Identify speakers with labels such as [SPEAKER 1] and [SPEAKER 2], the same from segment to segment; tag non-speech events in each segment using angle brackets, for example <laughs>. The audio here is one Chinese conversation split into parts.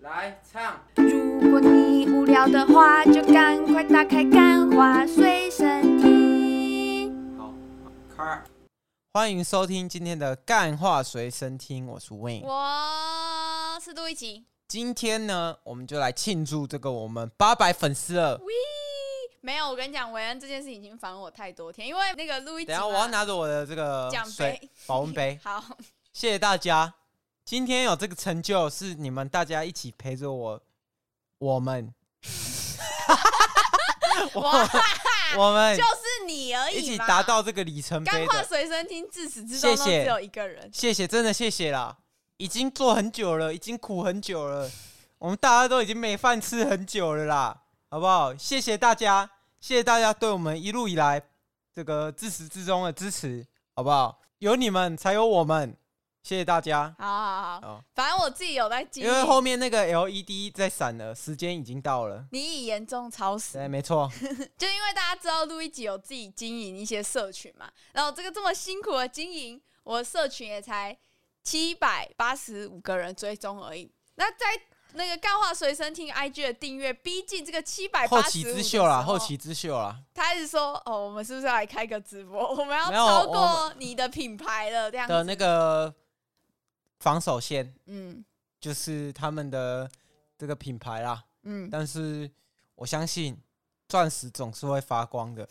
[SPEAKER 1] 来唱。
[SPEAKER 2] 如果你无聊的话，就赶快打开《干花随身听》。
[SPEAKER 1] 好，开。
[SPEAKER 3] 欢迎收听今天的《干话随身听》，我是 Wayne。
[SPEAKER 4] 我是杜一吉。
[SPEAKER 3] 今天呢，我们就来庆祝这个我们八百粉丝了。
[SPEAKER 4] 喂，没有，我跟你讲，韦恩这件事已经烦我太多天，因为那个路易吉
[SPEAKER 3] 等
[SPEAKER 4] 嘛，
[SPEAKER 3] 一下我要拿着我的这个
[SPEAKER 4] 啊奖
[SPEAKER 3] 水
[SPEAKER 4] 杯，
[SPEAKER 3] 保温杯
[SPEAKER 4] <laughs> 好，
[SPEAKER 3] 谢谢大家。今天有这个成就，是你们大家一起陪着我，我们， <laughs>
[SPEAKER 4] 哇，
[SPEAKER 3] 我们
[SPEAKER 4] 啊就是你而已
[SPEAKER 3] 一起
[SPEAKER 4] 嘛
[SPEAKER 3] 达到这个里程
[SPEAKER 4] 干
[SPEAKER 3] 碑
[SPEAKER 4] 话
[SPEAKER 3] 的。
[SPEAKER 4] 随身听，自始至终都
[SPEAKER 3] 谢谢
[SPEAKER 4] 只有一个人。
[SPEAKER 3] 谢谢，真的谢谢啦！已经做很久了，已经苦很久了，我们大家都已经没饭吃很久了啦，好不好？谢谢大家，谢谢大家对我们一路以来这个自始至终的支持，好不好？有你们才有我们，谢谢大家。
[SPEAKER 4] 好好好，
[SPEAKER 3] 哦，
[SPEAKER 4] 反正我自己有在记忆，
[SPEAKER 3] 因为后面那个 LED 在闪了，时间已经到了。
[SPEAKER 4] 你以严重超时，
[SPEAKER 3] 对，没错，
[SPEAKER 4] 就因为大家知道路易吉有自己经营一些社群嘛，然后这个这么辛苦的经营，我的社群也才七百八十五个人追踪而已。那在那个干话随身听 IG 的订阅逼近这个七百
[SPEAKER 3] 后
[SPEAKER 4] 八
[SPEAKER 3] 起
[SPEAKER 4] 十五
[SPEAKER 3] 之秀啦，后起之秀啦。
[SPEAKER 4] 他一直说哦，我们是不是要来开个直播？我们要
[SPEAKER 3] 没有
[SPEAKER 4] 超
[SPEAKER 3] 我
[SPEAKER 4] 过你的品牌了，这样
[SPEAKER 3] 的
[SPEAKER 4] 子。
[SPEAKER 3] 那个防守线
[SPEAKER 4] 嗯
[SPEAKER 3] 就是他们的这个品牌啦。
[SPEAKER 4] 嗯，
[SPEAKER 3] 但是我相信钻石总是会发光的。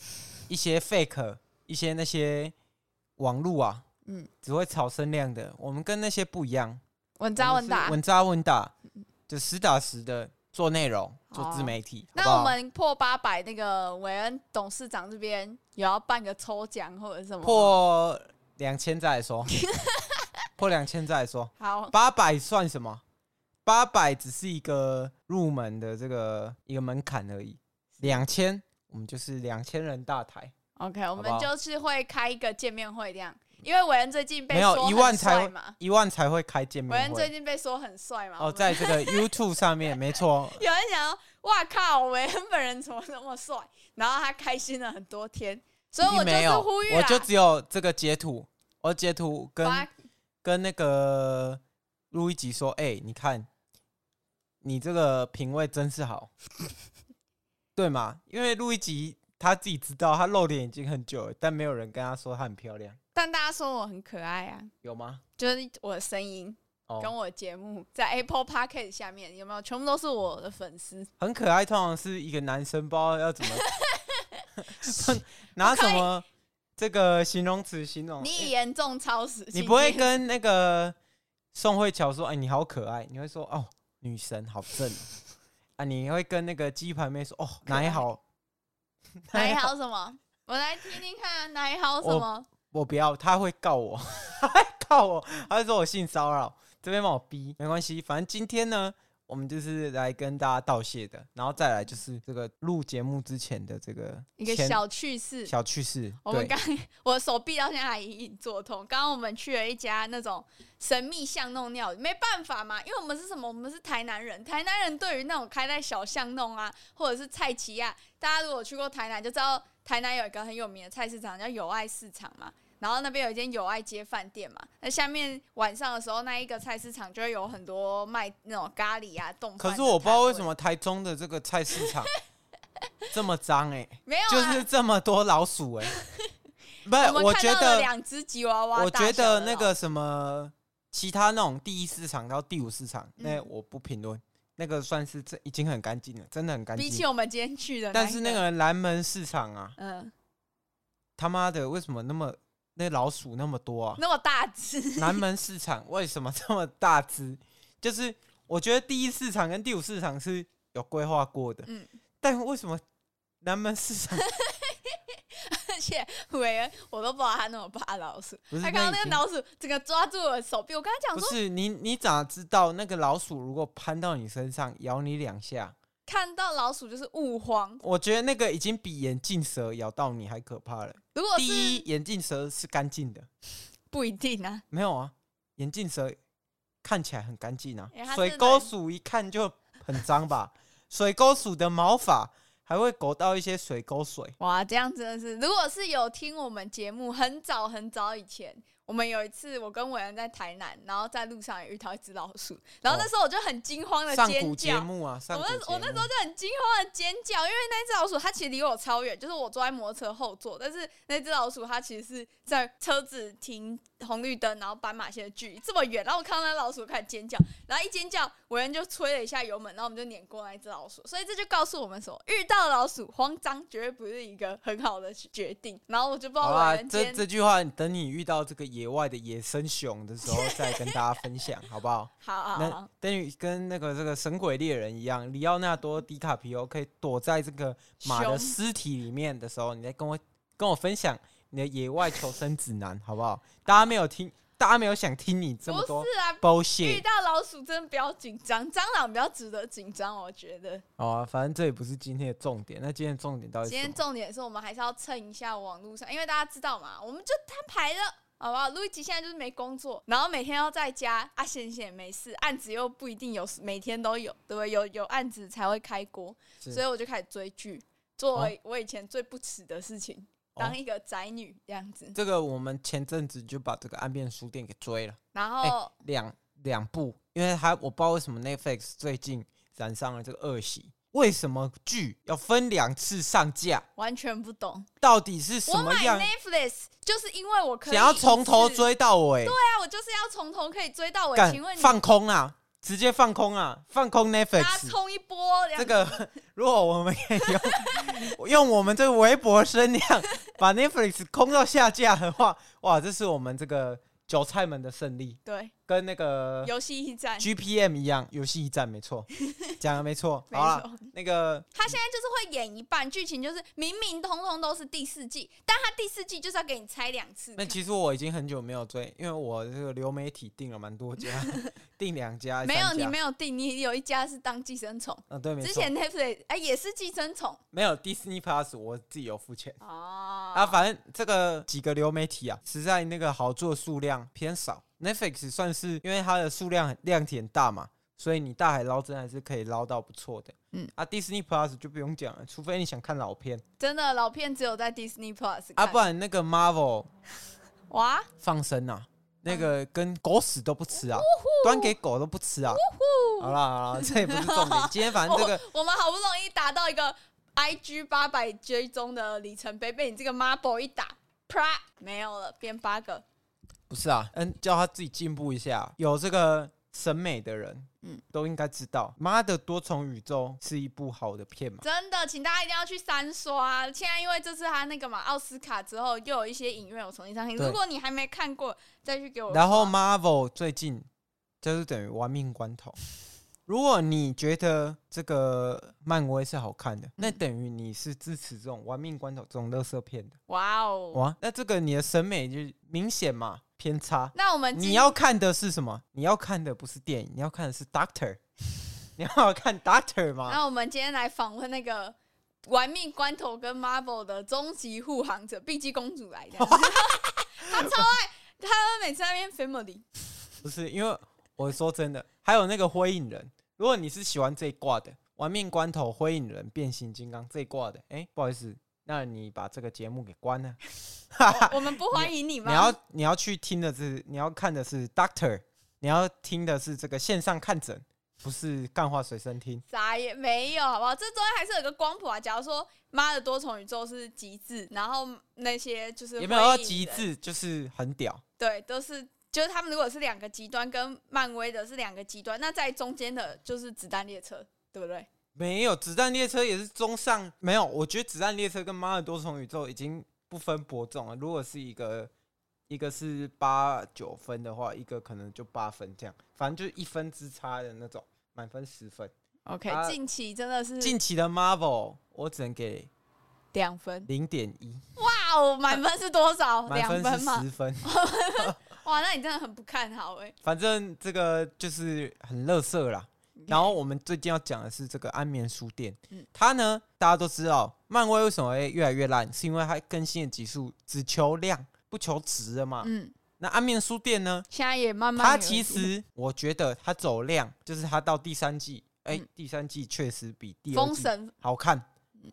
[SPEAKER 3] 一些 fake，一些那些网路啊，嗯
[SPEAKER 4] 嗯，
[SPEAKER 3] 只会炒声量的。我们跟那些不一样，
[SPEAKER 4] 稳扎
[SPEAKER 3] 我们
[SPEAKER 4] 哦稳
[SPEAKER 3] 是
[SPEAKER 4] 打。
[SPEAKER 3] 稳扎稳打，就实打实的做内容，做自
[SPEAKER 4] 哦
[SPEAKER 3] 媒体。好不
[SPEAKER 4] 那
[SPEAKER 3] 好
[SPEAKER 4] 我们破八百，那个韦恩董事长这边有要办个抽奖或者什么吗？
[SPEAKER 3] 破两千再来
[SPEAKER 4] <laughs>
[SPEAKER 3] 说，破两千再来说，
[SPEAKER 4] 好，
[SPEAKER 3] 八百算什么？八百只是一个入门的这个一个门槛而已，两千我们就是两千人大台。
[SPEAKER 4] OK，
[SPEAKER 3] 好
[SPEAKER 4] 我
[SPEAKER 3] 不好
[SPEAKER 4] 们就是会开一个见面会这样，因为韦恩最近被
[SPEAKER 3] 没有
[SPEAKER 4] 说
[SPEAKER 3] 一万
[SPEAKER 4] 很帅
[SPEAKER 3] 才会
[SPEAKER 4] 嘛，
[SPEAKER 3] 一万才会开见
[SPEAKER 4] 韦
[SPEAKER 3] 面
[SPEAKER 4] 恩最
[SPEAKER 3] 会。
[SPEAKER 4] 近被说很帅嘛。
[SPEAKER 3] 哦，
[SPEAKER 4] 我们
[SPEAKER 3] 在这个 YouTube 上面，没错，
[SPEAKER 4] <laughs> 有人想说，哇靠，韦恩本人怎么那么帅？然后他开心了很多天， <laughs> 所以我就
[SPEAKER 3] 没
[SPEAKER 4] 是
[SPEAKER 3] 有，
[SPEAKER 4] 呼吁
[SPEAKER 3] 我
[SPEAKER 4] 啦，
[SPEAKER 3] 就只有这个截图，我截图跟
[SPEAKER 4] 发
[SPEAKER 3] 跟那个录一集说，哎、你看你这个品味真是
[SPEAKER 4] <laughs>
[SPEAKER 3] 好，对嘛？因为录一集他自己知道，他露脸已经很久了，但没有人跟他说她很漂亮，
[SPEAKER 4] 但大家说我很可爱啊，
[SPEAKER 3] 有吗？
[SPEAKER 4] 就是我的声音跟
[SPEAKER 3] 哦，
[SPEAKER 4] 我的节目在 Apple p o c a s t 下面有没有？全部都是我的粉丝，
[SPEAKER 3] 很可爱，通常是一个男生，不知道要怎
[SPEAKER 4] <laughs>
[SPEAKER 3] 么拿什么这个形容词形容。
[SPEAKER 4] 你以严重超时，
[SPEAKER 3] 哦你不会
[SPEAKER 4] 今天
[SPEAKER 3] 跟那个宋慧乔说：“哎、你好可爱。”你会说：“哦，女神好正 <laughs> 哦、啊！”你会跟那个鸡排妹说：“哦，奶好，
[SPEAKER 4] 哪一好什么？我来听听看啊，哪一好什
[SPEAKER 3] 我
[SPEAKER 4] 么？
[SPEAKER 3] 我不要。”她会告我， <laughs> 她会告我，她会说我性骚扰。这边帮我逼，没关系，反正今天呢，我们就是来跟大家道谢的，然后再来就是这个录节目之前的这个
[SPEAKER 4] 一个
[SPEAKER 3] 前
[SPEAKER 4] 小趣事，
[SPEAKER 3] 小趣事。
[SPEAKER 4] 我
[SPEAKER 3] 对
[SPEAKER 4] 们，刚我的手臂到现在还隐隐作痛。刚刚我们去了一家那种神秘巷弄尿，没办法嘛，因为我们是什么？我们是台南人，台南人对于那种开在小巷弄啊，或者是菜奇亚，大家如果去过台南就知道，台南有一个很有名的菜市场叫友爱市场嘛。然后那边有一间友爱街饭店嘛，那下面晚上的时候，那一个菜市场就会有很多卖那种咖喱啊、冻饭的摊
[SPEAKER 3] 可
[SPEAKER 4] 位。
[SPEAKER 3] 是我不知道为什么台中的这个菜市
[SPEAKER 4] <laughs>
[SPEAKER 3] 场这么脏哎、
[SPEAKER 4] 没有、啊，
[SPEAKER 3] 就是这么多老鼠
[SPEAKER 4] <laughs>
[SPEAKER 3] 哎、不
[SPEAKER 4] 我们
[SPEAKER 3] 是，我
[SPEAKER 4] 看
[SPEAKER 3] 觉
[SPEAKER 4] 到了
[SPEAKER 3] 得，
[SPEAKER 4] 两只吉娃娃
[SPEAKER 3] 我
[SPEAKER 4] 大小
[SPEAKER 3] 觉得
[SPEAKER 4] 的老鼠，
[SPEAKER 3] 那个什么，其他那种第一市场到第五市场，那
[SPEAKER 4] 嗯
[SPEAKER 3] 我不评论，那个算是这已经很干净了，真的很干
[SPEAKER 4] 比起
[SPEAKER 3] 净。
[SPEAKER 4] 我们今天去的，
[SPEAKER 3] 但是那，个南门市场啊，
[SPEAKER 4] 嗯，
[SPEAKER 3] 他妈的，为什么那么那老鼠那么多啊？
[SPEAKER 4] 那么大只， <laughs>
[SPEAKER 3] 南门市场为什么这么大只？就是我觉得第一市场跟第五市场是有规划过的，
[SPEAKER 4] 嗯
[SPEAKER 3] 但为什么南门市场
[SPEAKER 4] <laughs> 而且韦恩我都不知道他那么怕老鼠，
[SPEAKER 3] 不是
[SPEAKER 4] 他刚刚
[SPEAKER 3] 那已
[SPEAKER 4] 那个
[SPEAKER 3] 经
[SPEAKER 4] 老鼠整个抓住我的手臂，我跟他讲
[SPEAKER 3] 不
[SPEAKER 4] 说
[SPEAKER 3] 是你，你咋知道那个老鼠如果攀到你身上咬你两下？
[SPEAKER 4] 看到老鼠就是勿慌，
[SPEAKER 3] 我觉得那个已经比眼镜蛇咬到你还可怕了。
[SPEAKER 4] 如果
[SPEAKER 3] 第一，
[SPEAKER 4] 是
[SPEAKER 3] 眼镜蛇是干净的，
[SPEAKER 4] 不一定啊，
[SPEAKER 3] 没有啊，眼镜蛇看起来很干净啊
[SPEAKER 4] 哎它。是
[SPEAKER 3] 水沟鼠一看就很脏吧？水沟鼠的毛发还会勾到一些水沟水。
[SPEAKER 4] 哇，这样真的是，如果是有听我们节目很早很早以前，我们有一次，我跟伟人在台南，然后在路上也遇到一只老鼠，然后那时候我就很惊慌的
[SPEAKER 3] 上古
[SPEAKER 4] 尖
[SPEAKER 3] 节
[SPEAKER 4] 叫，
[SPEAKER 3] 目啊，上
[SPEAKER 4] 我
[SPEAKER 3] 古节目
[SPEAKER 4] 那我那时候就很惊慌的尖叫，因为那只老鼠它其实离我超远，就是我坐在摩托车后座，但是那只老鼠它其实是在车子停红绿灯，然后斑马线的距离这么远，然后我看到那老鼠开始尖叫，然后一尖叫，伟人就吹了一下油门，然后我们就碾过那只老鼠，所以这就告诉我们什么，遇到老鼠慌张绝对不是一个很好的决定。然后我就不知
[SPEAKER 3] 好
[SPEAKER 4] 道
[SPEAKER 3] 啦，
[SPEAKER 4] 伟人今
[SPEAKER 3] 这
[SPEAKER 4] 天
[SPEAKER 3] 这句话等你遇到这个野外的野生熊的
[SPEAKER 4] <laughs>
[SPEAKER 3] 时候再跟大家分享，好不好？
[SPEAKER 4] 好 <laughs> 好好啊
[SPEAKER 3] 那。等于跟那个这个神鬼猎人一样，里奥纳多·迪卡皮欧可以躲在这个马的
[SPEAKER 4] 熊
[SPEAKER 3] 尸体里面的时候，你再跟我跟我分享你的野外求生指南，好不好？大家没有听，大家没有想听你这么多
[SPEAKER 4] 不是啊，遇
[SPEAKER 3] bullshit
[SPEAKER 4] 到老鼠真的不要紧张，蟑螂比较值得紧张，我觉得。
[SPEAKER 3] 好啊，反正这也不是今天的重点。那今天的重点到底
[SPEAKER 4] 今
[SPEAKER 3] 是什
[SPEAKER 4] 天
[SPEAKER 3] 么？
[SPEAKER 4] 重点是我们还是要蹭一下网络上，因为大家知道嘛，我们就摊牌了。好不好？路易吉现在就是没工作，然后每天要在家啊，闲闲也没事，案子又不一定有，每天都有，对不对？有有案子才会开锅，
[SPEAKER 3] 是
[SPEAKER 4] 所以我就开始追剧，做我,、
[SPEAKER 3] 哦
[SPEAKER 4] 我以前最不耻的事情，
[SPEAKER 3] 哦
[SPEAKER 4] 当一个宅女这样子。
[SPEAKER 3] 这个我们前阵子就把这个岸边书店给追了。
[SPEAKER 4] 然后、
[SPEAKER 3] 哎两两部，因为他我不知道为什么 Netflix 最近染上了这个恶习，为什么剧要分两次上架？
[SPEAKER 4] 完全不懂，
[SPEAKER 3] 到底是哎什
[SPEAKER 4] 我
[SPEAKER 3] 么
[SPEAKER 4] 买
[SPEAKER 3] 样
[SPEAKER 4] Netflix 就是因为我可以
[SPEAKER 3] 想要从头
[SPEAKER 4] 一次
[SPEAKER 3] 追到尾？
[SPEAKER 4] 对啊，我就是要从头可以追到尾。
[SPEAKER 3] 干
[SPEAKER 4] 请问你
[SPEAKER 3] 放空啊，直接放空啊，放空
[SPEAKER 4] 大家
[SPEAKER 3] Netflix。
[SPEAKER 4] 冲一波，这样
[SPEAKER 3] 这个如果我们可以用用我们这微薄声量把 Netflix 空到下架的话，哇，这是我们这个韭菜们的胜利，
[SPEAKER 4] 对
[SPEAKER 3] 跟那个
[SPEAKER 4] 游戏驿站，
[SPEAKER 3] GPM 一样，游戏驿站没
[SPEAKER 4] <laughs>
[SPEAKER 3] 错，讲的没错。
[SPEAKER 4] 没
[SPEAKER 3] 好了
[SPEAKER 4] 错，
[SPEAKER 3] 那个
[SPEAKER 4] 他现在就是会演一半剧情，就是明明通通都是第四季，但他第四季就是要给你拆两次
[SPEAKER 3] 那
[SPEAKER 4] 看。
[SPEAKER 3] 其实我已经很久没有追，因为我这个流媒体订了蛮多
[SPEAKER 4] <laughs>
[SPEAKER 3] 家，订两家，
[SPEAKER 4] 没有，
[SPEAKER 3] 三家
[SPEAKER 4] 你没有定，你有一家是当寄生虫，
[SPEAKER 3] 啊？对，没
[SPEAKER 4] 之
[SPEAKER 3] 错，
[SPEAKER 4] 前 Netflix 哎也是寄生虫
[SPEAKER 3] 没有 Disney Plus，我自己有付钱。
[SPEAKER 4] 哦
[SPEAKER 3] 啊，反正这个几个流媒体啊，实在那个好做数量偏少。Netflix 算是因为它的数量很量体很大嘛，所以你大海捞针还是可以捞到不错的。
[SPEAKER 4] 嗯
[SPEAKER 3] 啊，Disney Plus 就不用讲了，除非你想看老片
[SPEAKER 4] 真的老片只有在 Disney Plus
[SPEAKER 3] 啊，
[SPEAKER 4] 看
[SPEAKER 3] 不然那个 Marvel
[SPEAKER 4] 哇
[SPEAKER 3] 放生
[SPEAKER 4] 嗯
[SPEAKER 3] 啊，那个跟狗屎都不吃啊，端给狗都不吃啊。好啦好
[SPEAKER 4] <laughs>
[SPEAKER 3] 啦，这也不是重点。今天反正这个
[SPEAKER 4] 我我们好不容易达到一个 IG 八百追踪的里程碑，被你这个 Marble 一打，啪没有了，变八个。
[SPEAKER 3] 不是啊，嗯，叫他自己进步一下。有这个审美的人，嗯
[SPEAKER 4] 嗯，
[SPEAKER 3] 都应该知道，《妈的多重宇宙》是一部好的片嘛。
[SPEAKER 4] 真的，请大家一定要去三刷。现在因为这次他那个嘛奥斯卡之后，又有一些影院有重新上映。
[SPEAKER 3] 对
[SPEAKER 4] 如果你还没看过，再去给我刷。
[SPEAKER 3] 然后 Marvel 最近就是等于玩命关头。如果你觉得这个漫威是好看
[SPEAKER 4] 嗯
[SPEAKER 3] 的，那等于你是支持这种玩命关头这种乐色片的
[SPEAKER 4] 哇哦！
[SPEAKER 3] 哇。那这个你的审美就明显嘛偏差。
[SPEAKER 4] 那我们今
[SPEAKER 3] 你要看的是什么？你要看的不是电影，你要看的是 Doctor。你 <laughs> 要看 Doctor 吗？
[SPEAKER 4] 那我们今天来访问那个玩命关头跟 Marvel 的终极护航者碧姬公主
[SPEAKER 3] <laughs>
[SPEAKER 4] 来的，她超爱，她每次在那边 family
[SPEAKER 3] 不是，因为我说真的，还有那个灰影人，如果你是喜欢这一挂的，玩命关头、灰影人、变形金刚这一挂的，哎、不好意思，那你把这个节目给关了。 <laughs>
[SPEAKER 4] 我，我们不欢迎你吗？
[SPEAKER 3] 你
[SPEAKER 4] <laughs>
[SPEAKER 3] 要你要去听的是，你要看的是 Doctor，你要听的是这个线上看诊，不是干话随身听。
[SPEAKER 4] 啥也没有，好不好？这中间还是有个光谱啊。假如说妈的多重宇宙是极致，然后那些就是
[SPEAKER 3] 有没有到
[SPEAKER 4] 灰影
[SPEAKER 3] 极
[SPEAKER 4] 人
[SPEAKER 3] 致？就是很屌。
[SPEAKER 4] 对，都是就是他们如果是两个极端，跟漫威的是两个极端，那在中间的就是子弹列车，对不对？
[SPEAKER 3] 没有，子弹列车也是中上。没有，我觉得子弹列车跟妈的多重宇宙已经不分伯仲了。如果是一个一个是八九分的话，一个可能就八分这样，反正就是一分之差的那种，满分十分。
[SPEAKER 4] OK，、
[SPEAKER 3] 啊
[SPEAKER 4] 近期真的是
[SPEAKER 3] 近期的 Marvel 我只能给
[SPEAKER 4] 两分，
[SPEAKER 3] 零点一，
[SPEAKER 4] 哇哦，满分是多少？
[SPEAKER 3] 满
[SPEAKER 4] 哦两
[SPEAKER 3] 分
[SPEAKER 4] 分
[SPEAKER 3] 是
[SPEAKER 4] 吗？
[SPEAKER 3] 十分。
[SPEAKER 4] 哇，那你真的很不看好哎、
[SPEAKER 3] 反正这个就是很乐色
[SPEAKER 4] <laughs>
[SPEAKER 3] 啦。然后我们最近要讲的是这个安眠书店
[SPEAKER 4] 嗯，
[SPEAKER 3] 它呢大家都知道，漫威为什么会越来越烂，是因为它更新的集数只求量不求值了嘛。
[SPEAKER 4] 嗯，
[SPEAKER 3] 那安眠书店呢，
[SPEAKER 4] 现在也慢慢
[SPEAKER 3] 它
[SPEAKER 4] 有一
[SPEAKER 3] 其
[SPEAKER 4] 点
[SPEAKER 3] 实我觉得它走量，就是它到第三季，哎
[SPEAKER 4] 嗯，
[SPEAKER 3] 第三季确实比第二
[SPEAKER 4] 封
[SPEAKER 3] 季
[SPEAKER 4] 神嗯
[SPEAKER 3] 好看，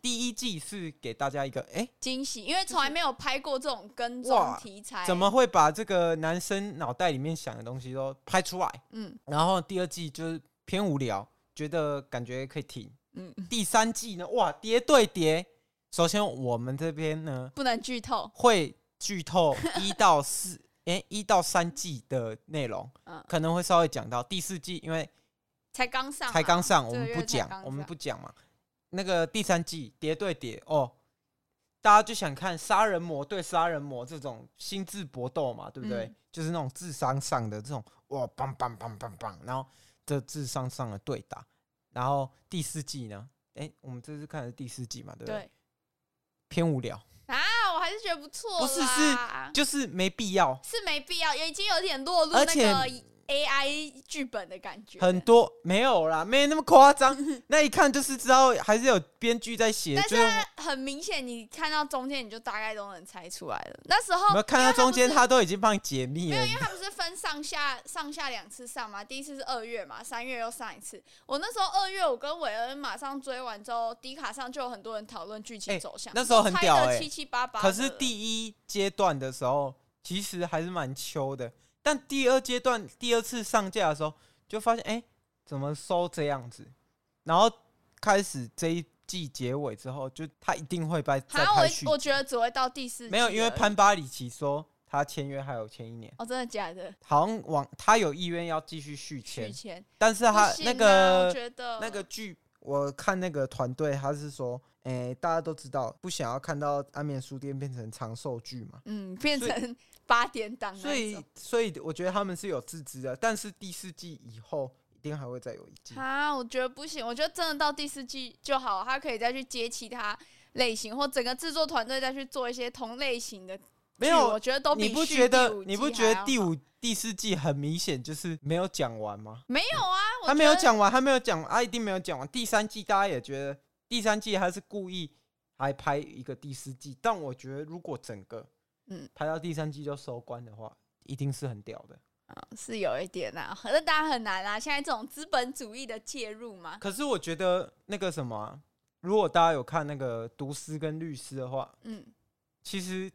[SPEAKER 3] 第一季是给大家一个，哎、
[SPEAKER 4] 惊喜，因为从来没有拍过这种跟踪
[SPEAKER 3] 哇
[SPEAKER 4] 题材。
[SPEAKER 3] 怎么？会把这个男生脑袋里面想的东西都拍出来？
[SPEAKER 4] 嗯
[SPEAKER 3] 然后第二季就是偏无聊，觉得感觉可以停。
[SPEAKER 4] 嗯，
[SPEAKER 3] 第三季呢，哇，叠对叠。首先我们这边呢
[SPEAKER 4] 不能剧透。
[SPEAKER 3] 会剧透一到四，哎，一到三季的内容，
[SPEAKER 4] 嗯，
[SPEAKER 3] 可能会稍微讲到第四季，因为
[SPEAKER 4] 才刚上啊，
[SPEAKER 3] 才刚上，
[SPEAKER 4] 这
[SPEAKER 3] 我
[SPEAKER 4] 个
[SPEAKER 3] 们
[SPEAKER 4] 月
[SPEAKER 3] 不
[SPEAKER 4] 才
[SPEAKER 3] 讲
[SPEAKER 4] 刚，
[SPEAKER 3] 我们
[SPEAKER 4] 上
[SPEAKER 3] 不讲嘛。那个第三季叠对叠哦，大家就想看杀人魔对杀人魔这种心智搏斗嘛，对不对？
[SPEAKER 4] 嗯
[SPEAKER 3] 就是那种智商上的这种哇，棒棒棒棒棒，然后这智商上的对打。然后第四季呢？哎，我们这次看的是第四季嘛，对不对？
[SPEAKER 4] 对
[SPEAKER 3] 偏无聊，
[SPEAKER 4] 啊，我还是觉得不错
[SPEAKER 3] 不
[SPEAKER 4] 啦。
[SPEAKER 3] 是就是没必要。
[SPEAKER 4] 是没必要，也已经有点落入那
[SPEAKER 3] 而且
[SPEAKER 4] 个 AI 剧本的感觉。
[SPEAKER 3] 很多没有啦，没那么夸
[SPEAKER 4] <laughs>
[SPEAKER 3] 张。那一看就是知道还是有编剧在写，
[SPEAKER 4] 但
[SPEAKER 3] 就是
[SPEAKER 4] 很明显，你看到中间你就大概都能猜出来了。那时候
[SPEAKER 3] 我们看到中间，
[SPEAKER 4] <laughs> 因为它
[SPEAKER 3] 他都已经帮你解密了。
[SPEAKER 4] 不是它不是分上下上下两次上嘛？第一次是二月嘛，三月又上一次。我那时候二月，我跟韦恩马上追完之后，迪卡上就有很多人讨论剧情
[SPEAKER 3] 哎
[SPEAKER 4] 走向，
[SPEAKER 3] 那时候很屌
[SPEAKER 4] 猜
[SPEAKER 3] 哎
[SPEAKER 4] 的七七八八的。
[SPEAKER 3] 可是第一阶段的时候，其实还是蛮秋的，但第二阶段第二次上架的时候，就发现哎、诶哎怎么收这样子？然后开始这一季结尾之后，就他一定会拍再
[SPEAKER 4] 好像
[SPEAKER 3] 拍续
[SPEAKER 4] 我我
[SPEAKER 3] 集。
[SPEAKER 4] 觉得只会到第四季而已，
[SPEAKER 3] 没有，因为潘巴里奇说他签约还有签一年，
[SPEAKER 4] 哦，真的假的？
[SPEAKER 3] 好像往他有意愿要继续续
[SPEAKER 4] 续
[SPEAKER 3] 签，
[SPEAKER 4] 签
[SPEAKER 3] 但是他
[SPEAKER 4] 不行啊
[SPEAKER 3] 那个
[SPEAKER 4] 我觉得
[SPEAKER 3] 那个剧，我看那个团队，他是说，诶、大家都知道不想要看到《安眠书店》变成长寿剧嘛，
[SPEAKER 4] 嗯，变
[SPEAKER 3] 所以
[SPEAKER 4] 成 <laughs> 八点档哦那一种，
[SPEAKER 3] 所以，所以我觉得他们是有自知的，但是第四季以后一定还会再有一季。
[SPEAKER 4] 啊，我觉得不行，我觉得真的到第四季就好，他可以再去接其他类型，或整个制作团队再去做一些同类型的剧。
[SPEAKER 3] 没
[SPEAKER 4] 我
[SPEAKER 3] 有，
[SPEAKER 4] 觉得都比
[SPEAKER 3] 你不
[SPEAKER 4] 续
[SPEAKER 3] 觉得
[SPEAKER 4] 第五
[SPEAKER 3] 你不
[SPEAKER 4] 季
[SPEAKER 3] 觉
[SPEAKER 4] 还
[SPEAKER 3] 得
[SPEAKER 4] 要
[SPEAKER 3] 第
[SPEAKER 4] 好
[SPEAKER 3] 五、第四季很明显就是没有讲完吗？
[SPEAKER 4] 没有啊？我
[SPEAKER 3] 他没
[SPEAKER 4] 觉
[SPEAKER 3] 有
[SPEAKER 4] 得，
[SPEAKER 3] 讲完，他没有讲，他一定没有讲完。第三季大家也觉得第三季他是故意还拍一个第四季，但我觉得如果整个
[SPEAKER 4] 嗯
[SPEAKER 3] 拍到第三季就收官的话，一定是很屌的。
[SPEAKER 4] 嗯是有一点啊，可是当然很难啊。现在这种资本主义的介入嘛，
[SPEAKER 3] 可是我觉得那个什么啊，如果大家有看那个《毒师》跟《律师》的话，
[SPEAKER 4] 嗯，
[SPEAKER 3] 其实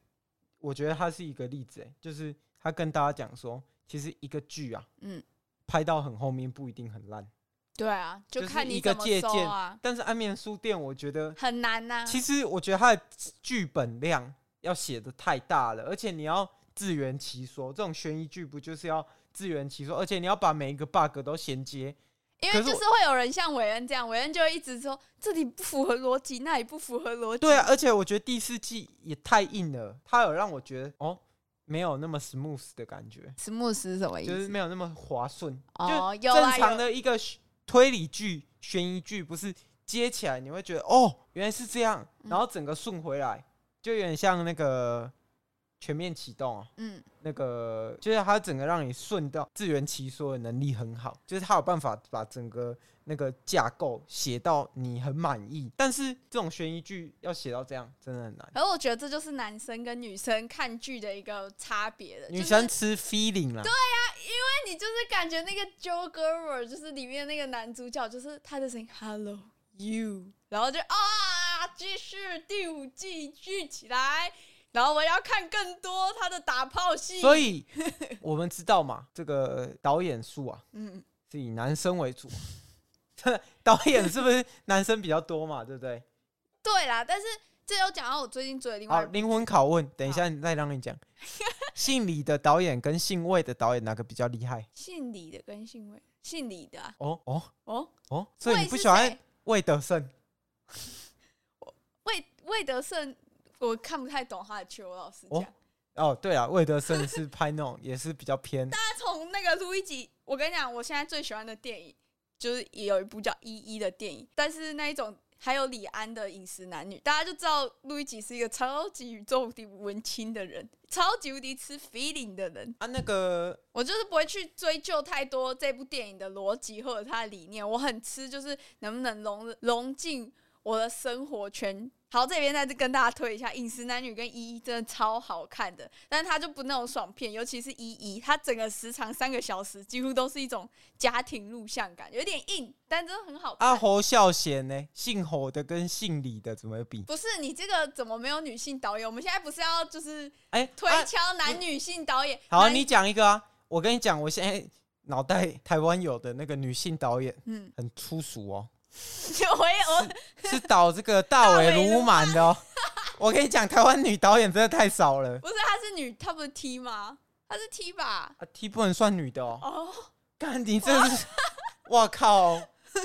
[SPEAKER 3] 我觉得它是一个例子、欸，就是他跟大家讲说，其实一个剧啊，
[SPEAKER 4] 嗯
[SPEAKER 3] 嗯，拍到很后面不一定很烂，
[SPEAKER 4] 对啊，就
[SPEAKER 3] 就是
[SPEAKER 4] 看
[SPEAKER 3] 一
[SPEAKER 4] 你
[SPEAKER 3] 个
[SPEAKER 4] 怎么
[SPEAKER 3] 借
[SPEAKER 4] 收
[SPEAKER 3] 鉴
[SPEAKER 4] 啊，
[SPEAKER 3] 但是《安眠书店》我觉得，
[SPEAKER 4] 很难呐、
[SPEAKER 3] 其实我觉得它的剧本量要写的太大了，而且你要自圆其说，这种悬疑剧不就是要自圆其说，而且你要把每一个 bug 都衔接，
[SPEAKER 4] 因
[SPEAKER 3] 可
[SPEAKER 4] 为
[SPEAKER 3] 是
[SPEAKER 4] 就
[SPEAKER 3] 我
[SPEAKER 4] 是会有人像韦恩这样，韦恩就会一直说这里不符合逻辑，那里不符合逻辑。
[SPEAKER 3] 对啊，而且我觉得第四季也太硬了，它有让我觉得哦，没有那么 smooth 的感觉，
[SPEAKER 4] ，smooth 是什么意思？
[SPEAKER 3] 就是没有那么滑顺。
[SPEAKER 4] 哦，
[SPEAKER 3] 就
[SPEAKER 4] 有
[SPEAKER 3] 正
[SPEAKER 4] 啊
[SPEAKER 3] 常
[SPEAKER 4] 有。
[SPEAKER 3] 的一个悬推理剧、悬疑剧，不是接起来你会觉得哦，原来是这样，
[SPEAKER 4] 嗯
[SPEAKER 3] 然后整个顺回来，就有点像那个全面启动啊。
[SPEAKER 4] 嗯，
[SPEAKER 3] 那个就是它整个让你顺到自圆其说的能力很好，就是它有办法把整个那个架构写到你很满意。但是这种悬疑剧要写到这样真的很难，
[SPEAKER 4] 可是我觉得这就是男生跟女生看剧的一个差别的。
[SPEAKER 3] 女
[SPEAKER 4] 就
[SPEAKER 3] 生
[SPEAKER 4] 是
[SPEAKER 3] 吃 feeling 啦，
[SPEAKER 4] 那你就是感觉那个 Joe Gerber 就是里面那个男主角，就是他的声音 Hello you，然后就啊，继续第五季聚起来，然后我要看更多他的打炮戏。
[SPEAKER 3] 所，以我们知道嘛，这个导演术啊，
[SPEAKER 4] 嗯，
[SPEAKER 3] 是以男生为主。 <laughs> 导演是不是男生比较多嘛？对不对？
[SPEAKER 4] 对啦，但是这又讲到我最近追的另
[SPEAKER 3] 好，
[SPEAKER 4] 外一部
[SPEAKER 3] 灵魂拷问，等一下再让你
[SPEAKER 4] <laughs>
[SPEAKER 3] 讲。姓李的导演跟姓魏的导演哪个比较厉害？
[SPEAKER 4] 姓李的跟姓魏，姓李的、啊、
[SPEAKER 3] 哦哦
[SPEAKER 4] 哦，
[SPEAKER 3] 哦，所以
[SPEAKER 4] 魏
[SPEAKER 3] 你不
[SPEAKER 4] 是
[SPEAKER 3] 喜欢
[SPEAKER 4] 谁
[SPEAKER 3] 魏德胜？
[SPEAKER 4] 魏魏德胜，我看不太懂他的剧，我老实讲。
[SPEAKER 3] 哦哦，对啊，魏德胜
[SPEAKER 4] <laughs>
[SPEAKER 3] 是拍那种也是比较偏
[SPEAKER 4] 他从那个路易吉，我跟你讲，我现在最喜欢的电影就是也有一部叫《一一》的电影，但是那一种还有李安的《饮食男女》，大家就知道路易吉是一个超级宇宙无敌文青的人，超级无敌吃 feeling 的人。
[SPEAKER 3] 啊。那个
[SPEAKER 4] 我就是不会去追究太多这部电影的逻辑或者它的理念，我很吃就是能不能融融进我的生活圈。好，这边再次跟大家推一下《饮食男女》跟依依真的超好看的，但是它就不那种爽片，尤其是依依，它整个时长三个小时，几乎都是一种家庭录像感，有点硬，但真的很好看。
[SPEAKER 3] 啊，侯孝贤呢？姓侯的跟姓李的怎么比？
[SPEAKER 4] 不是你这个怎么没有女性导演？我们现在不是要就是
[SPEAKER 3] 哎、
[SPEAKER 4] 推
[SPEAKER 3] 啊
[SPEAKER 4] 敲男女性导演？
[SPEAKER 3] 好，
[SPEAKER 4] 男
[SPEAKER 3] 你讲一个啊！我跟你讲，我现在脑袋台湾有的那个女性导演
[SPEAKER 4] 嗯， <laughs>
[SPEAKER 3] 很粗俗哦，
[SPEAKER 4] 我也我
[SPEAKER 3] 是导这个大
[SPEAKER 4] 尾
[SPEAKER 3] 尾鲈
[SPEAKER 4] 鲈
[SPEAKER 3] 鳗的哦。 <laughs> 我跟你讲，台湾女导演真的太少了
[SPEAKER 4] <laughs> 不是她是女，她不是 T 吗？她是 T 吧？
[SPEAKER 3] 啊，T 不能算女的哦。
[SPEAKER 4] 哦，
[SPEAKER 3] 干，你真是， <laughs> 我靠，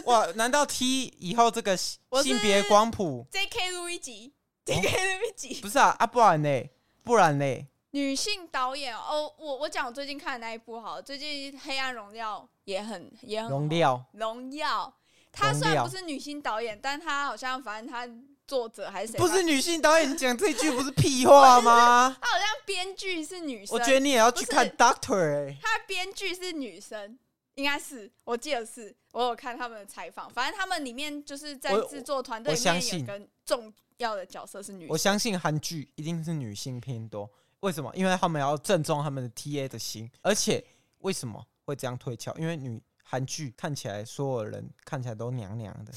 [SPEAKER 3] 哇！难道 T 以后这个性
[SPEAKER 4] 我是
[SPEAKER 3] 性别光谱
[SPEAKER 4] J.K. 路易
[SPEAKER 3] 哦
[SPEAKER 4] 吉，J.K. 路易吉，
[SPEAKER 3] 不是啊？啊，不然呢？不然呢？
[SPEAKER 4] 女性导演哦，我我讲我最近看的那一部好了，最近《黑暗荣耀》也很也很
[SPEAKER 3] 荣料
[SPEAKER 4] 荣耀，她
[SPEAKER 3] 荣
[SPEAKER 4] 虽然
[SPEAKER 3] 耀
[SPEAKER 4] 不是女性导演，但她好像反正她作者还是谁吧，啊
[SPEAKER 3] 不是女性导演你讲这句不是屁话吗？
[SPEAKER 4] 她好像编剧是女生，
[SPEAKER 3] 我觉得你也要去
[SPEAKER 4] 不是
[SPEAKER 3] 看 Doctor 哎、
[SPEAKER 4] 他编剧是女生，应该是我记得是，我有看他们的采访，反正他们里面就是在
[SPEAKER 3] 我
[SPEAKER 4] 制作团队
[SPEAKER 3] 我
[SPEAKER 4] 里
[SPEAKER 3] 相
[SPEAKER 4] 面有
[SPEAKER 3] 信
[SPEAKER 4] 一个重要的角色是女
[SPEAKER 3] 我
[SPEAKER 4] 生。
[SPEAKER 3] 相信韩剧一定是女性偏多，为什么？因为他们要正中他们的 TA 的心，而且为什么会这样推敲？因为女韩剧看起来所有人看起来都娘娘的，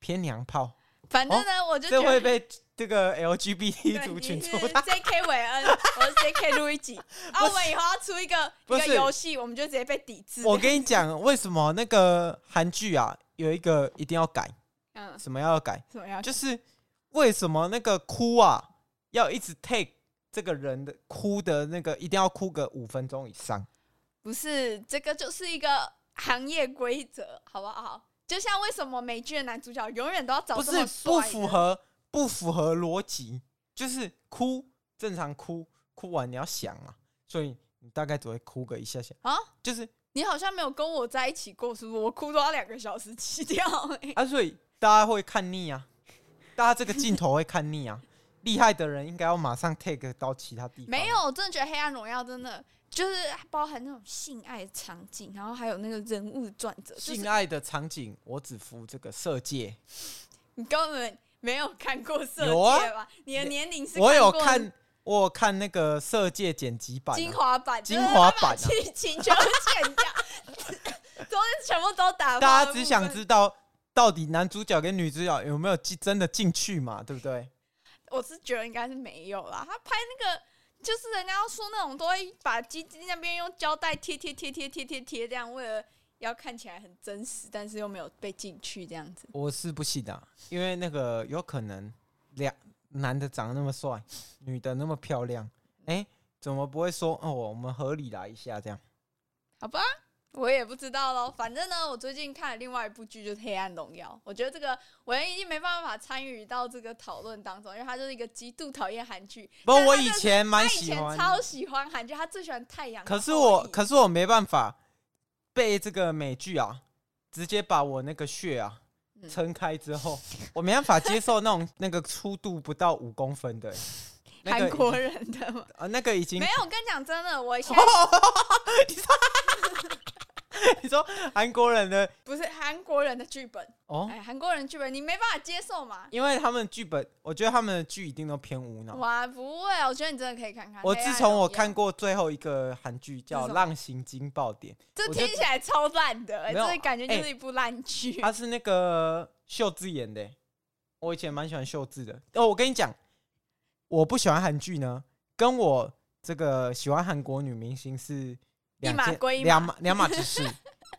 [SPEAKER 3] 偏娘炮，
[SPEAKER 4] 反正呢，我就觉
[SPEAKER 3] 哦这会
[SPEAKER 4] 得
[SPEAKER 3] 被这个
[SPEAKER 4] 对
[SPEAKER 3] LGBT 族群
[SPEAKER 4] 你是
[SPEAKER 3] 出
[SPEAKER 4] <laughs>
[SPEAKER 3] 大
[SPEAKER 4] J K 韦恩，我是 J K
[SPEAKER 3] <laughs>
[SPEAKER 4] 路易吉，啊，
[SPEAKER 3] 不
[SPEAKER 4] 我
[SPEAKER 3] 是
[SPEAKER 4] 们以后要出一个
[SPEAKER 3] 不
[SPEAKER 4] 一
[SPEAKER 3] 是
[SPEAKER 4] 个游戏，我们就直接被抵制。
[SPEAKER 3] 我跟你讲，为什么那个韩剧啊有一个一定要改，
[SPEAKER 4] 嗯，
[SPEAKER 3] 什么要改？
[SPEAKER 4] 怎么样？
[SPEAKER 3] 就是为什么那个哭啊要一直 take 这个人的哭的那个一定要哭个五分钟以上？
[SPEAKER 4] 不是这个就是一个行业规则，好不好？就像为什么美剧的男主角永远都要找
[SPEAKER 3] 不
[SPEAKER 4] 这
[SPEAKER 3] 是
[SPEAKER 4] 么帅
[SPEAKER 3] 不
[SPEAKER 4] 的
[SPEAKER 3] 符合不符合逻辑，就是哭正常哭，哭完你要想啊，所以你大概只会哭个一下下，
[SPEAKER 4] 啊？
[SPEAKER 3] 就是
[SPEAKER 4] 你好像没有跟我在一起过，是不是？我哭都要两个小时
[SPEAKER 3] <laughs>
[SPEAKER 4] 起跳、欸。
[SPEAKER 3] 啊，所以大家会看腻啊，大家这个镜头会看腻啊，厉害的人应该要马上 take 到其他地方，
[SPEAKER 4] 没有，我真的觉得《黑暗荣耀》真的就是包含那种性爱场景，然后还有那个人物转折，就是
[SPEAKER 3] 性爱的场景，我只服这个色戒，
[SPEAKER 4] 你根本没有看过色
[SPEAKER 3] 有啊
[SPEAKER 4] 戒吧？你的年龄是
[SPEAKER 3] 我有
[SPEAKER 4] 过
[SPEAKER 3] 看我有看那个色戒剪辑版、
[SPEAKER 4] 精
[SPEAKER 3] 啊。
[SPEAKER 4] 华版，
[SPEAKER 3] 精华
[SPEAKER 4] <laughs> 就是他把
[SPEAKER 3] 版啊
[SPEAKER 4] 剧情全部剪掉， <laughs> 都是全部都打爆的部分。
[SPEAKER 3] 大家只想知道到底男主角跟女主角有没有进真的进去嘛，对不对？
[SPEAKER 4] 我是觉得应该是没有啦。他拍那个，就是人家要说那种都会把鸡鸡那边用胶带贴贴贴贴贴贴贴，这样为了要看起来很真实，但是又没有被进去这样子。
[SPEAKER 3] 我是不信的啊、因为那个有可能两男的长得那么帅，女的那么漂亮，哎、怎么不会说哦？我们合理来一下这样？
[SPEAKER 4] 好吧，我也不知道喽。反正呢，我最近看了另外一部剧，就是《黑暗荣耀》。我觉得这个我已经没办法参与到这个讨论当中，因为它就是一个极度讨厌韩剧。
[SPEAKER 3] 不，
[SPEAKER 4] 但
[SPEAKER 3] 我
[SPEAKER 4] 他
[SPEAKER 3] 以
[SPEAKER 4] 真的是
[SPEAKER 3] 前蛮
[SPEAKER 4] 啊他以
[SPEAKER 3] 喜
[SPEAKER 4] 前
[SPEAKER 3] 欢，
[SPEAKER 4] 超喜欢韩剧，他最喜欢《太阳的后裔》。
[SPEAKER 3] 可是我可是我没办法被这个美剧啊，直接把我那个血啊
[SPEAKER 4] 嗯
[SPEAKER 3] 撑开之后，我没办法接受那种 <laughs> 那个粗度不到五公分的、那个
[SPEAKER 4] 韩国人的嘛，
[SPEAKER 3] 啊、那个已经
[SPEAKER 4] 没
[SPEAKER 3] <laughs>
[SPEAKER 4] 有。我跟你讲真的，我
[SPEAKER 3] 哦
[SPEAKER 4] 现在
[SPEAKER 3] 你说韩国人的
[SPEAKER 4] 不是韩国人的剧本，
[SPEAKER 3] 哦，
[SPEAKER 4] 哎，韩国人剧本你没办法接受嘛？
[SPEAKER 3] 因为他们剧本，我觉得他们的剧一定都偏无脑。
[SPEAKER 4] 哇，不会，我觉得你真的可以看看。
[SPEAKER 3] 哦我
[SPEAKER 4] 黑
[SPEAKER 3] 自
[SPEAKER 4] 暗
[SPEAKER 3] 从我
[SPEAKER 4] 荣耀
[SPEAKER 3] 看，过最后一个韩剧
[SPEAKER 4] 是
[SPEAKER 3] 叫
[SPEAKER 4] 什
[SPEAKER 3] 《
[SPEAKER 4] 么
[SPEAKER 3] 浪形惊爆点
[SPEAKER 4] 这
[SPEAKER 3] 我
[SPEAKER 4] 听
[SPEAKER 3] 就
[SPEAKER 4] 起来超烂的，哎，
[SPEAKER 3] 没有
[SPEAKER 4] 这感觉就
[SPEAKER 3] 哎啊
[SPEAKER 4] 是一部烂剧》，。
[SPEAKER 3] 它是那个秀智演的欸、我以前蛮喜欢秀智的。哦，我跟你讲，我不喜欢韩剧呢，跟我这个喜欢韩国女明星是两
[SPEAKER 4] 一码
[SPEAKER 3] 件
[SPEAKER 4] 归一码
[SPEAKER 3] 两码两码之
[SPEAKER 4] <laughs>
[SPEAKER 3] 事。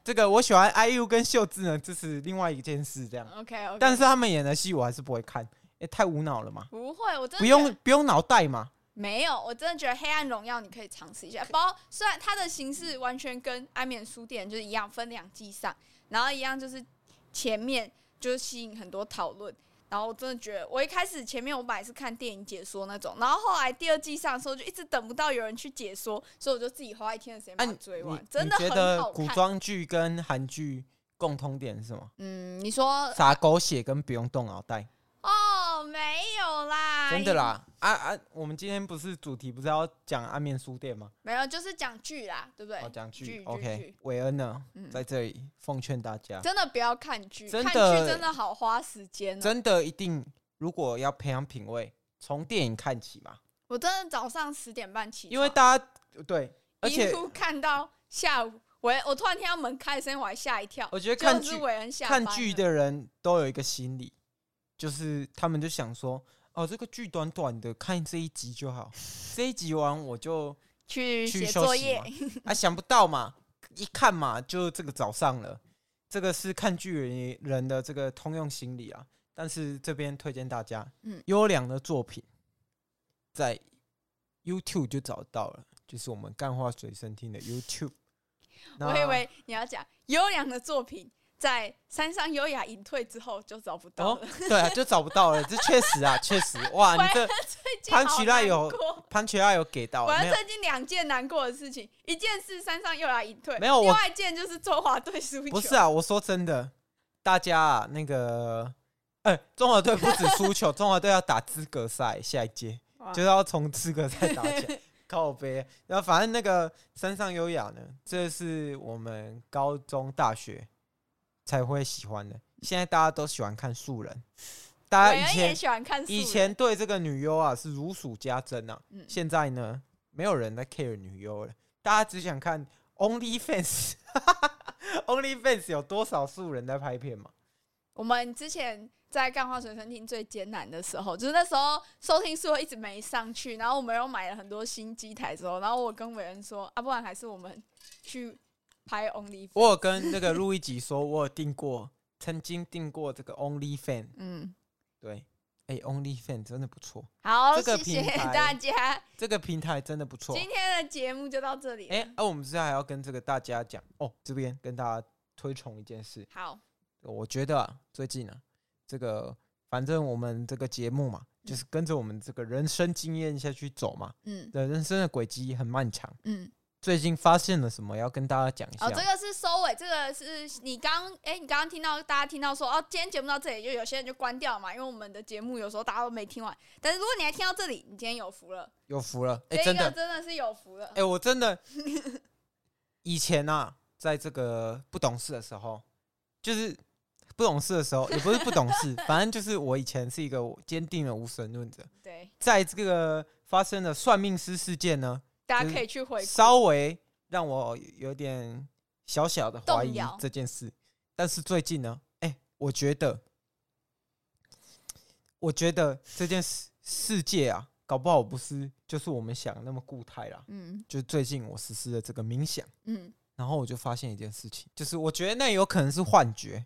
[SPEAKER 3] 这个我喜欢 IU 跟秀智呢，这是另外一件事，这样。
[SPEAKER 4] 哦 OK OK，
[SPEAKER 3] 但是他们演的戏我还是不会看，也太无脑了嘛，
[SPEAKER 4] 不会，我真的
[SPEAKER 3] 不
[SPEAKER 4] 觉得
[SPEAKER 3] 用不用脑袋嘛。
[SPEAKER 4] 没有，我真的觉得《黑暗荣耀》你可以尝试一下。包虽然它的形式完全跟《安眠书店》就是一样，分两季上，然后一样就是前面就是吸引很多讨论。然后我真的觉得，我一开始前面我本来是看电影解说那种，然后后来第二季上的时候就一直等不到有人去解说，所以我就自己花一天的时间把
[SPEAKER 3] 啊，
[SPEAKER 4] 它
[SPEAKER 3] 你
[SPEAKER 4] 追完，
[SPEAKER 3] 你
[SPEAKER 4] 真的
[SPEAKER 3] 你觉
[SPEAKER 4] 很好
[SPEAKER 3] 得古
[SPEAKER 4] 看。呃
[SPEAKER 3] 装剧跟韩剧共通点是什么？
[SPEAKER 4] 嗯，你说
[SPEAKER 3] 撒狗血跟不用动脑袋。
[SPEAKER 4] 哦，有没有啦？
[SPEAKER 3] 真的，啦，啊啊！我们今天不是主题不是要讲安眠书店吗？
[SPEAKER 4] 没有，就是讲剧啦，对不对？
[SPEAKER 3] 哦，讲
[SPEAKER 4] 剧
[SPEAKER 3] 剧
[SPEAKER 4] 剧
[SPEAKER 3] ，OK。韦恩呢，
[SPEAKER 4] 嗯
[SPEAKER 3] 在这里奉劝大家，
[SPEAKER 4] 真的不要看剧，
[SPEAKER 3] 啊真
[SPEAKER 4] 看
[SPEAKER 3] 的
[SPEAKER 4] 剧真的好花时间、哦。
[SPEAKER 3] 真的一定，如果要培养品味，从电影看起嘛，
[SPEAKER 4] 我真的早上十点半起床，
[SPEAKER 3] 因为大家对，而
[SPEAKER 4] 一
[SPEAKER 3] 且
[SPEAKER 4] 路看到下午，我我突然听到门开的声音，我还吓一跳。
[SPEAKER 3] 我觉得看
[SPEAKER 4] 就是
[SPEAKER 3] 剧
[SPEAKER 4] 韦恩下
[SPEAKER 3] 看
[SPEAKER 4] 班了
[SPEAKER 3] 剧的人都有一个心理，就是他们就想说，哦，这个剧短短的，看这一集就好，这一集完我就
[SPEAKER 4] 去
[SPEAKER 3] 去
[SPEAKER 4] 写
[SPEAKER 3] 休
[SPEAKER 4] 作
[SPEAKER 3] 息
[SPEAKER 4] 业
[SPEAKER 3] 嘛，啊，想不到嘛，一看嘛，就这个早上了。这个是看剧人人的这个通用心理啊，但是这边推荐大家，
[SPEAKER 4] 嗯
[SPEAKER 3] 优良的作品在 YouTube 就找到了，就是我们干话随身听的 YouTube。
[SPEAKER 4] <laughs> 我以为你要讲优良的作品，在山上优雅隐退之后就找不到
[SPEAKER 3] 哦
[SPEAKER 4] 了。，
[SPEAKER 3] 对啊，就找不到了，这确实啊，确实，
[SPEAKER 4] <laughs>
[SPEAKER 3] 哇，你这
[SPEAKER 4] 最近
[SPEAKER 3] 潘
[SPEAKER 4] 好
[SPEAKER 3] 奇赖
[SPEAKER 4] 难
[SPEAKER 3] 有
[SPEAKER 4] 过
[SPEAKER 3] 潘奇拉有给到
[SPEAKER 4] 我
[SPEAKER 3] 啊，
[SPEAKER 4] 要
[SPEAKER 3] 没有？
[SPEAKER 4] 最近两件难过的事情，一件是山上又来隐退，
[SPEAKER 3] 没有
[SPEAKER 4] 另
[SPEAKER 3] 我
[SPEAKER 4] 外一件就是中华队输球。
[SPEAKER 3] 不是啊，我说真的，大家啊，那个，哎、中华队不止输球，中华队要打资格赛，下一届
[SPEAKER 4] <laughs> 哇
[SPEAKER 3] 就是要从资格赛打
[SPEAKER 4] <laughs>
[SPEAKER 3] 起来，靠背。然后反正那个山上优雅呢，这是我们高中、大学才会喜欢的，现在大家都喜欢看素人，大
[SPEAKER 4] 我
[SPEAKER 3] 啊家以
[SPEAKER 4] 也
[SPEAKER 3] 前
[SPEAKER 4] 喜欢看素人，
[SPEAKER 3] 以前对这个女优啊是如数家珍啊，
[SPEAKER 4] 嗯
[SPEAKER 3] 现在呢，没有人在 care 女优了，大家只想看 OnlyFans。OnlyFans 有多少素人在拍片嘛？
[SPEAKER 4] 我们之前在干花水生厅最艰难的时候，就是那时候收听数一直没上去，然后我们又买了很多新机台之后，然后我跟伟恩说，啊，不然还是我们去拍 Only，
[SPEAKER 3] 我有跟那个路易吉说，我有订过，曾经订过这个 OnlyFans。
[SPEAKER 4] 嗯，
[SPEAKER 3] 对，哎、o n l y f a n s 真的不错，
[SPEAKER 4] 好，
[SPEAKER 3] 这个
[SPEAKER 4] 谢谢
[SPEAKER 3] 品牌
[SPEAKER 4] 大家，
[SPEAKER 3] 这个平台真的不错。
[SPEAKER 4] 今天的节目就到这里了。
[SPEAKER 3] 哎、啊，我们之后还要跟这个大家讲哦，这边跟大家推崇一件事，
[SPEAKER 4] 好，
[SPEAKER 3] 我觉得、啊、最近啊，这个反正我们这个节目嘛，就是跟着我们这个人生经验下去走嘛，
[SPEAKER 4] 嗯
[SPEAKER 3] 对，人生的轨迹很漫长。
[SPEAKER 4] 嗯，
[SPEAKER 3] 最近发现了什么，要跟大家讲一下。
[SPEAKER 4] 哦，这个是收尾，这个是你刚哎、你刚刚听到大家听到说哦，今天节目到这里，就有些人就关掉嘛，因为我们的节目有时候大家都没听完。但是如果你还听到这里，你今天有福了，
[SPEAKER 3] 有福了，哎、
[SPEAKER 4] 这
[SPEAKER 3] 真
[SPEAKER 4] 一个
[SPEAKER 3] 的，
[SPEAKER 4] 真的是有福了。嗯
[SPEAKER 3] 哎、我真
[SPEAKER 4] <laughs>
[SPEAKER 3] 的以前啊，在这个不懂事的时候，就是不懂事的时候，也不是不懂
[SPEAKER 4] <laughs>
[SPEAKER 3] 事，反正就是我以前是一个坚定的无神论者，
[SPEAKER 4] 对，
[SPEAKER 3] 在这个发生了算命师事件呢，
[SPEAKER 4] 大
[SPEAKER 3] 就
[SPEAKER 4] 家
[SPEAKER 3] 是
[SPEAKER 4] 可以去回顾。
[SPEAKER 3] 稍微让我有点小小的怀
[SPEAKER 4] 动
[SPEAKER 3] 疑
[SPEAKER 4] 摇
[SPEAKER 3] 这件事。但是最近呢，哎、我觉得，我觉得这件世世界啊，搞不好不是就是我们想的那么固态啦。
[SPEAKER 4] 嗯
[SPEAKER 3] 就最近我实施了这个冥想，
[SPEAKER 4] 嗯，
[SPEAKER 3] 然后我就发现一件事情，就是我觉得那有可能是幻觉，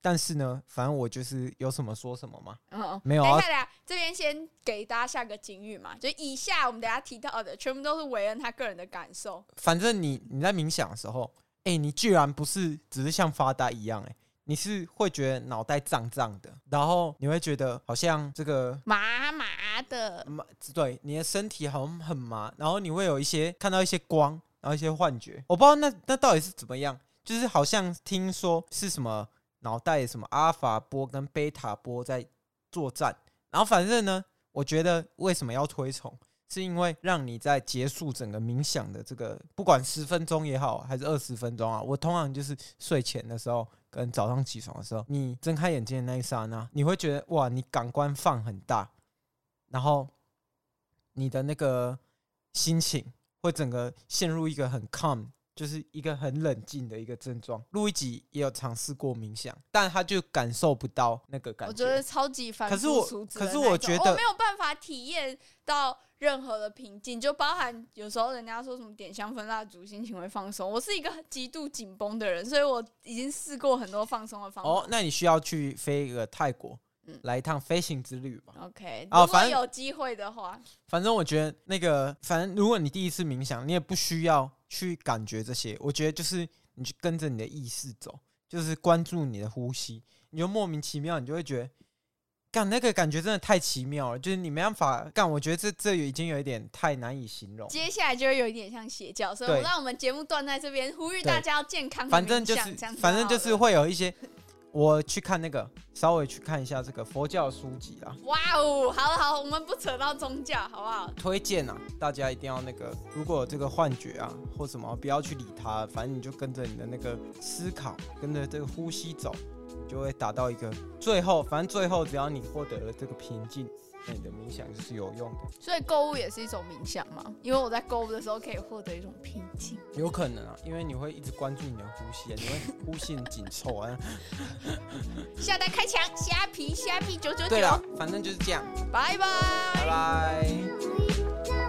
[SPEAKER 3] 但是呢，反正我就是有什么说什么嘛。
[SPEAKER 4] 嗯，
[SPEAKER 3] 没有
[SPEAKER 4] 等
[SPEAKER 3] 啊
[SPEAKER 4] 一下，等一下，这边先给大家下个警语嘛，就以下我们等一下提到的，全部都是韦恩他个人的感受。
[SPEAKER 3] 反正你你在冥想的时候，哎、你居然不是只是像发呆一样、哎，你是会觉得脑袋胀胀的，然后你会觉得好像这个
[SPEAKER 4] 麻麻的，
[SPEAKER 3] 麻，对，你的身体好像很麻，然后你会有一些看到一些光，然后一些幻觉，我不知道那那到底是怎么样，就是好像听说是什么脑袋什么阿尔法波跟贝塔波在作战，然后反正呢，我觉得为什么要推崇，是因为让你在结束整个冥想的这个，不管十分钟也好，还是二十分钟啊，我通常就是睡前的时候跟早上起床的时候，你睁开眼睛的那一刹那，你会觉得哇，你感官放很大，然后你的那个心情会整个陷入一个很 calm。就是一个很冷静的一个症状。路易吉也有尝试过冥想，但他就感受不到那个感
[SPEAKER 4] 我
[SPEAKER 3] 觉
[SPEAKER 4] 觉。得超级反
[SPEAKER 3] 可是
[SPEAKER 4] 复
[SPEAKER 3] 我
[SPEAKER 4] 俗质的
[SPEAKER 3] 可
[SPEAKER 4] 那
[SPEAKER 3] 是
[SPEAKER 4] 种。
[SPEAKER 3] 我觉得
[SPEAKER 4] 哦我没有办法体验到任何的平静，就包含有时候人家说什么点香氛蜡烛心情会放松，我是一个极度紧绷的人，所以我已经试过很多放松的方法。
[SPEAKER 3] 哦，那你需要去飞一个泰国，
[SPEAKER 4] 嗯
[SPEAKER 3] 来一趟飞行之旅吧。
[SPEAKER 4] OK，
[SPEAKER 3] 哦
[SPEAKER 4] 如果
[SPEAKER 3] 反正
[SPEAKER 4] 有机会的话，
[SPEAKER 3] 反正我觉得那个，反正如果你第一次冥想，你也不需要去感觉这些。我觉得就是你去跟着你的意识走，就是关注你的呼吸，你就莫名其妙，你就会觉得，干那个感觉真的太奇妙了，就是你没办法干。我觉得这这已经有一点太难以形容。
[SPEAKER 4] 接下来就会有一点像邪教，所以
[SPEAKER 3] 对
[SPEAKER 4] 我让我们节目断在这边，呼吁
[SPEAKER 3] 对
[SPEAKER 4] 大家要健康地
[SPEAKER 3] 反正
[SPEAKER 4] 冥
[SPEAKER 3] 就
[SPEAKER 4] 想
[SPEAKER 3] 是
[SPEAKER 4] 这样，
[SPEAKER 3] 反正
[SPEAKER 4] 好了
[SPEAKER 3] 就是会有一些我去看那个，稍微去看一下这个佛教书籍啊，
[SPEAKER 4] 哇哦，好了好了，我们不扯到宗教好不好？
[SPEAKER 3] 推荐啊，大家一定要那个，如果有这个幻觉啊或什么，不要去理它，反正你就跟着你的那个思考，跟着这个呼吸走，你就会达到一个最后，反正最后只要你获得了这个平静，那你的冥想就是有用的。
[SPEAKER 4] 所以购物也是一种冥想嘛，因为我在购物的时候可以获得一种平静。
[SPEAKER 3] 有可能啊，因为你会一直关注你的呼吸、啊，你会呼吸很紧凑啊。
[SPEAKER 4] 下单开抢，虾皮虾皮九九
[SPEAKER 3] 对了
[SPEAKER 4] 九，，
[SPEAKER 3] 反正就是这样，
[SPEAKER 4] 拜拜
[SPEAKER 3] 拜拜。
[SPEAKER 2] Thank you.